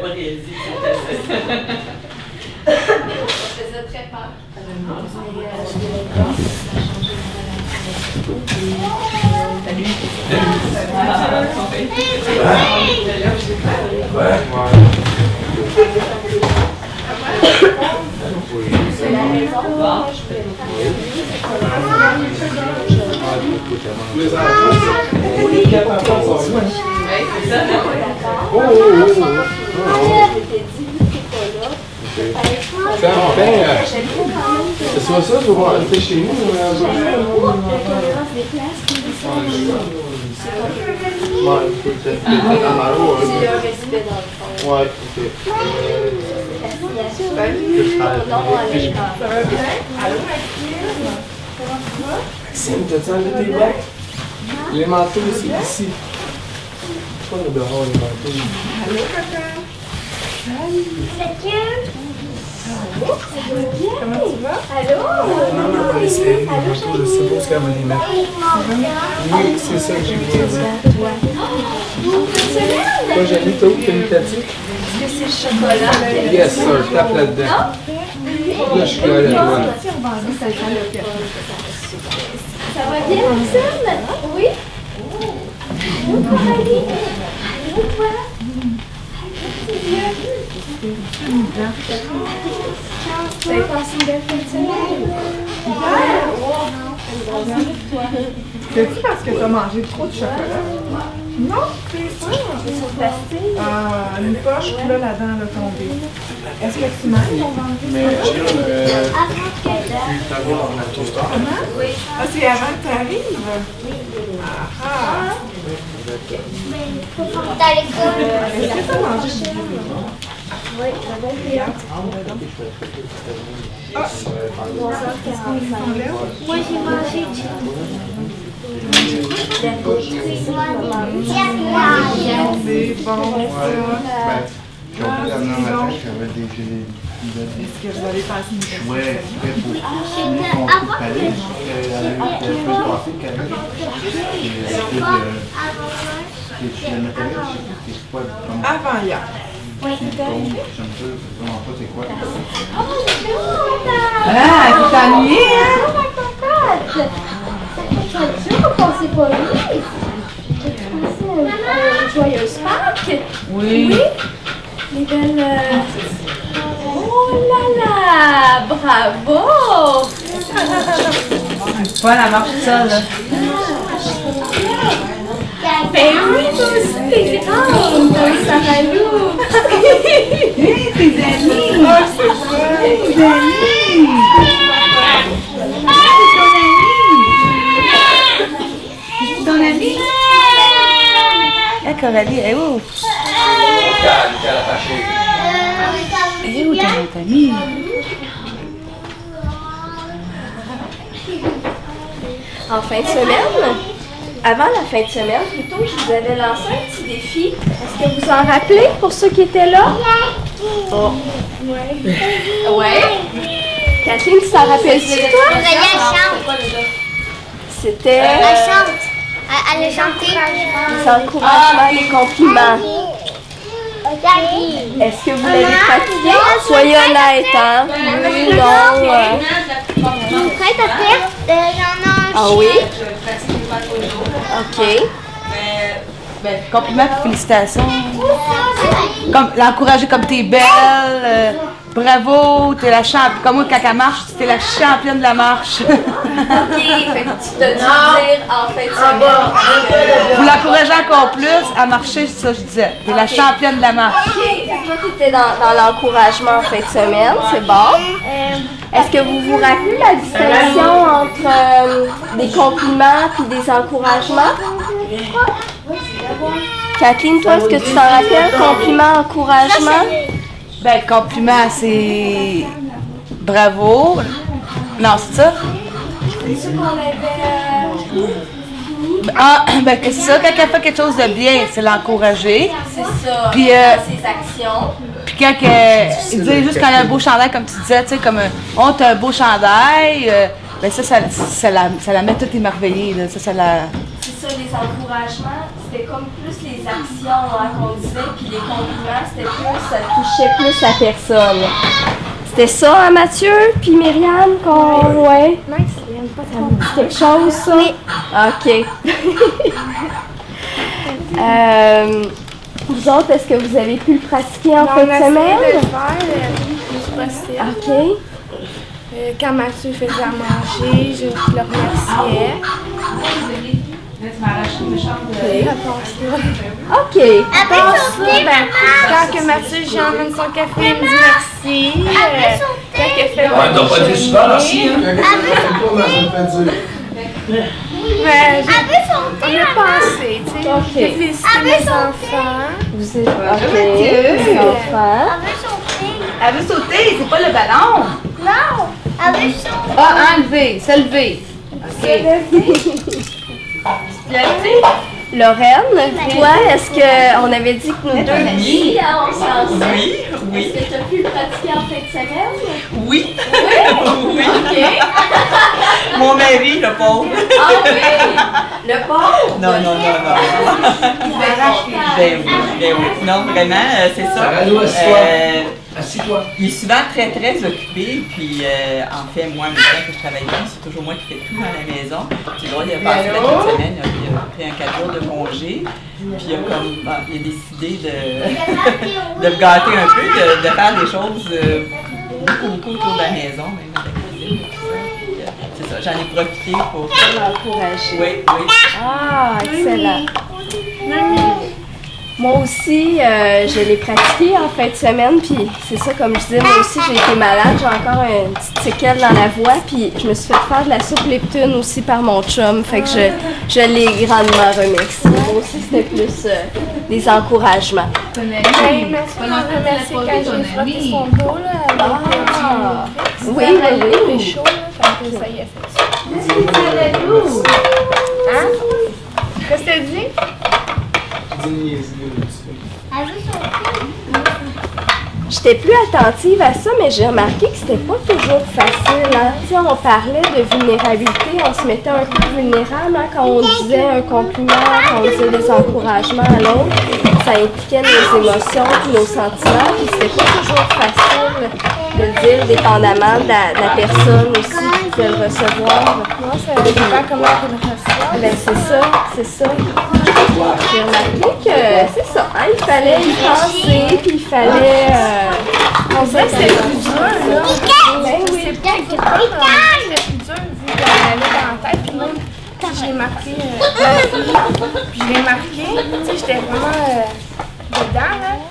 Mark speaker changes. Speaker 1: pas réalisé que c'était ça.
Speaker 2: Ça faisait très peur.
Speaker 1: Ouais, c'est ça.
Speaker 3: Oh, oh, oh, oh. Ça, ben, euh, ce soit ça, je vais voir, c'est chez nous. euh, Ouais, peut-être, peut-être dans ma roue, hein. Ouais, ok. Maxime, t'as-tu enlevé tes bottes? Les manteaux, c'est ici. Pourquoi on est dehors, les manteaux? Euh, Non, non, on va les serrer, les manteaux, je sais pas où est-ce qu'elle va les mettre. Oui, c'est ça que j'ai bien dit. Toi, Jenny, t'as où t'as mis ta tuque? Yes, sir, tape là-dedans. Là, je suis là, là, là.
Speaker 4: C'est-tu parce que t'as mangé trop de chocolat? Non, c'est ça. Ah, une poche, puis là, la dent elle a tombé. Est-ce que tu manges ton ventre?
Speaker 3: Mais, Jim, euh, tu t'avoir dans ton store.
Speaker 4: Ah, c'est avant que t'arrives? Ah, ah. Est-ce que t'as mangé du
Speaker 5: Moi j'ai mangé du.
Speaker 4: bon? C'est bon, ça.
Speaker 3: Ben, j'ai envie d'amener un matin,
Speaker 4: c'est
Speaker 3: j'avais des des- des-
Speaker 4: Est-ce que vous allez passer une
Speaker 3: des
Speaker 4: question?
Speaker 3: jouets prêts pour signer son coup de palais. Euh, elle a eu la semaine passée, Karine, qui est la fille de- qui est chez la maternelle, je sais pas, comme-
Speaker 4: Avant hier.
Speaker 3: comme- je ne sais vraiment pas c'est quoi.
Speaker 4: Ah, t'es ennuyé, hein?
Speaker 2: Joyeuse Pâques!
Speaker 4: Oui.
Speaker 2: Les belles. euh, Oh là là! Bravo!
Speaker 4: Pas la marche seule, là.
Speaker 2: Ben oui, toi aussi, t'es grande! Ça va lourd!
Speaker 6: Ah, Coralie, elle est où? Elle est où ton ami?
Speaker 2: En fin de semaine, avant la fin de semaine plutôt, je vous avais lancé un petit défi. Est-ce que vous vous en rappelez pour ceux qui étaient là? Oh. Ouais. Kathleen, tu t'en rappelles-tu, toi? C'était
Speaker 7: Euh,
Speaker 2: euh,
Speaker 5: Elle chante. Ah,
Speaker 2: les encouragements, les compliments.
Speaker 5: Regarde.
Speaker 2: Est-ce que vous l'avez pratiqué? Soyez honnête, hein? Oui, non. euh,
Speaker 5: Vous prête à faire? Euh, J'en ai un
Speaker 2: Ah oui?
Speaker 1: Je pratique pas tous les jours,
Speaker 2: OK.
Speaker 1: mais
Speaker 6: Ben, compliments et félicitations.
Speaker 5: chien.
Speaker 6: Comme, l'encourager comme t'es belle. euh, bravo, t'es la championne. Comme moi, quand elle marche, t'es la championne de la marche.
Speaker 2: OK, fait que tu te dis dire en fin de semaine.
Speaker 6: Vous l'encouragez encore plus à marcher, c'est ça que je disais. T'es la championne de la marche.
Speaker 2: OK, toi, tu étais dans, dans l'encouragement en fin de semaine, c'est bon. Est-ce que vous vous rappelez la distinction entre euh, des compliments et des encouragements? Kathleen, toi, est-ce que tu t'en rappelles? Compliment, encouragement?
Speaker 6: Ben, compliment, c'est. Bravo. Non, c'est ça? Ah, ben, que c'est ça, quand elle fait quelque chose de bien, c'est l'encourager.
Speaker 2: C'est ça,
Speaker 6: Puis, euh,
Speaker 2: ces actions.
Speaker 6: Puis quand que, il disait juste qu'on a un beau chandail, comme tu disais, tu sais, comme un, on t'a un beau chandail, euh, ben ça, ça, ça la, ça la met toute émerveillée, là, ça, ça la...
Speaker 2: C'est ça, les encouragements, c'était comme plus les des actions hein, qu'on disait, puis les compliments, c'était plus, ça touchait plus la personne. C'était ça, hein, Mathieu, puis Myriam, qu'on... Ouais.
Speaker 5: Non, il n'aime pas trop.
Speaker 2: Quelque chose, ça? OK. Euh, vous autres, est-ce que vous avez pu le pratiquer en
Speaker 7: On
Speaker 2: fin de
Speaker 7: a essayé de
Speaker 2: semaine?
Speaker 7: le faire euh, le plus possible.
Speaker 2: OK.
Speaker 7: Euh, quand Mathieu faisait à manger, je le remerciais. Et après,
Speaker 2: OK.
Speaker 5: Après sauter,
Speaker 7: ben,
Speaker 5: maman.
Speaker 7: Quand que Mathieu lui emmène son café, il me dit merci.
Speaker 5: Après
Speaker 7: Euh,
Speaker 5: sauter.
Speaker 7: quand il fait
Speaker 8: Ouais, t'as pas été super merci, hein?
Speaker 7: mais Euh, j'ai-
Speaker 5: Après sauter.
Speaker 7: on a pensé, tu sais.
Speaker 2: OK.
Speaker 7: J'ai félicité
Speaker 5: Après
Speaker 7: mes
Speaker 5: sauter.
Speaker 7: enfants.
Speaker 2: Vous êtes OK. Enfant.
Speaker 5: Après sauter.
Speaker 6: Elle veut sauter, c'est pas le ballon.
Speaker 5: Non. Après sauter.
Speaker 6: Ah, enlever, se lever. OK.
Speaker 2: Lorraine, toi, est-ce qu'on avait dit que nous deux,
Speaker 1: Oui.
Speaker 2: hein, on s'en sait.
Speaker 1: Oui, oui,
Speaker 2: Est-ce que tu as pu le pratiquer en fin de semaine?
Speaker 1: oui. Oui. Mon mari, le pauvre.
Speaker 2: Ah oui! Le pauvre!
Speaker 1: Non, non, non, non. Ben oui, ben oui. Non, vraiment, euh, c'est ça.
Speaker 8: Sarah-Lou, Ben, assis-toi.
Speaker 1: Euh,
Speaker 8: Assis-toi.
Speaker 1: Il est souvent très, très occupé. Puis, euh, en fait, moi, maintenant que je travaille plus, c'est toujours moi qui fais tout dans la maison. Puis là, il a passé la fin de semaine, il a, il a pris un 4 jours de congé. Puis, il a, comme, ben, il a décidé de, de me gâter un peu, de, de faire des choses euh, beaucoup, beaucoup autour de la maison, même avec la cuisine et tout ça. Puis, euh, C'est ça, j'en ai profité pour...
Speaker 2: Encouragé.
Speaker 1: Oui, oui.
Speaker 2: Ah, excellent. Moi aussi, euh, je l'ai pratiqué en fin de semaine, puis c'est ça, comme je disais, moi aussi, j'ai été malade, j'ai encore une petite séquelle dans la voix, puis je me suis fait faire de la soupe leptune aussi par mon chum, fait que je, je l'ai grandement remercié. Moi aussi, c'était plus euh, des encouragements.
Speaker 7: Ben, Mathieu m'a remercié quand j'ai frotté son dos là, avec euh,
Speaker 2: Ah,
Speaker 7: du-
Speaker 2: oui,
Speaker 7: ça,
Speaker 2: oui,
Speaker 7: il
Speaker 2: oui.
Speaker 7: était chaud, là, fait que ça y a fait ça. Hein? Qu'est-ce que t'as dit?
Speaker 5: Après sauter.
Speaker 2: J'étais plus attentive à ça, mais j'ai remarqué que c'était pas toujours facile. hein. Tu sais, on parlait de vulnérabilité, on se mettait un peu vulnérable hein, quand on disait un compliment, quand on disait des encouragements à l'autre. Ça impliquait nos émotions, puis nos sentiments, puis c'était pas toujours facile de dire dépendamment de la, de la personne aussi qui pouvait le recevoir.
Speaker 7: Non, ça dépend comment tu le reçois.
Speaker 2: Ben c'est ça, c'est ça. J'ai remarqué que c'est ça, hein, il fallait y penser, puis il fallait... euh,
Speaker 7: On dirait que c'est le plus dur, là.
Speaker 2: Ben oui.
Speaker 7: C'est pas vraiment le plus dur, vu que j'avais dans la tête. Puis même, quand je l'ai marqué, euh, dans le livre, puis je l'ai marqué, tu sais, j'étais vraiment euh, dedans, là.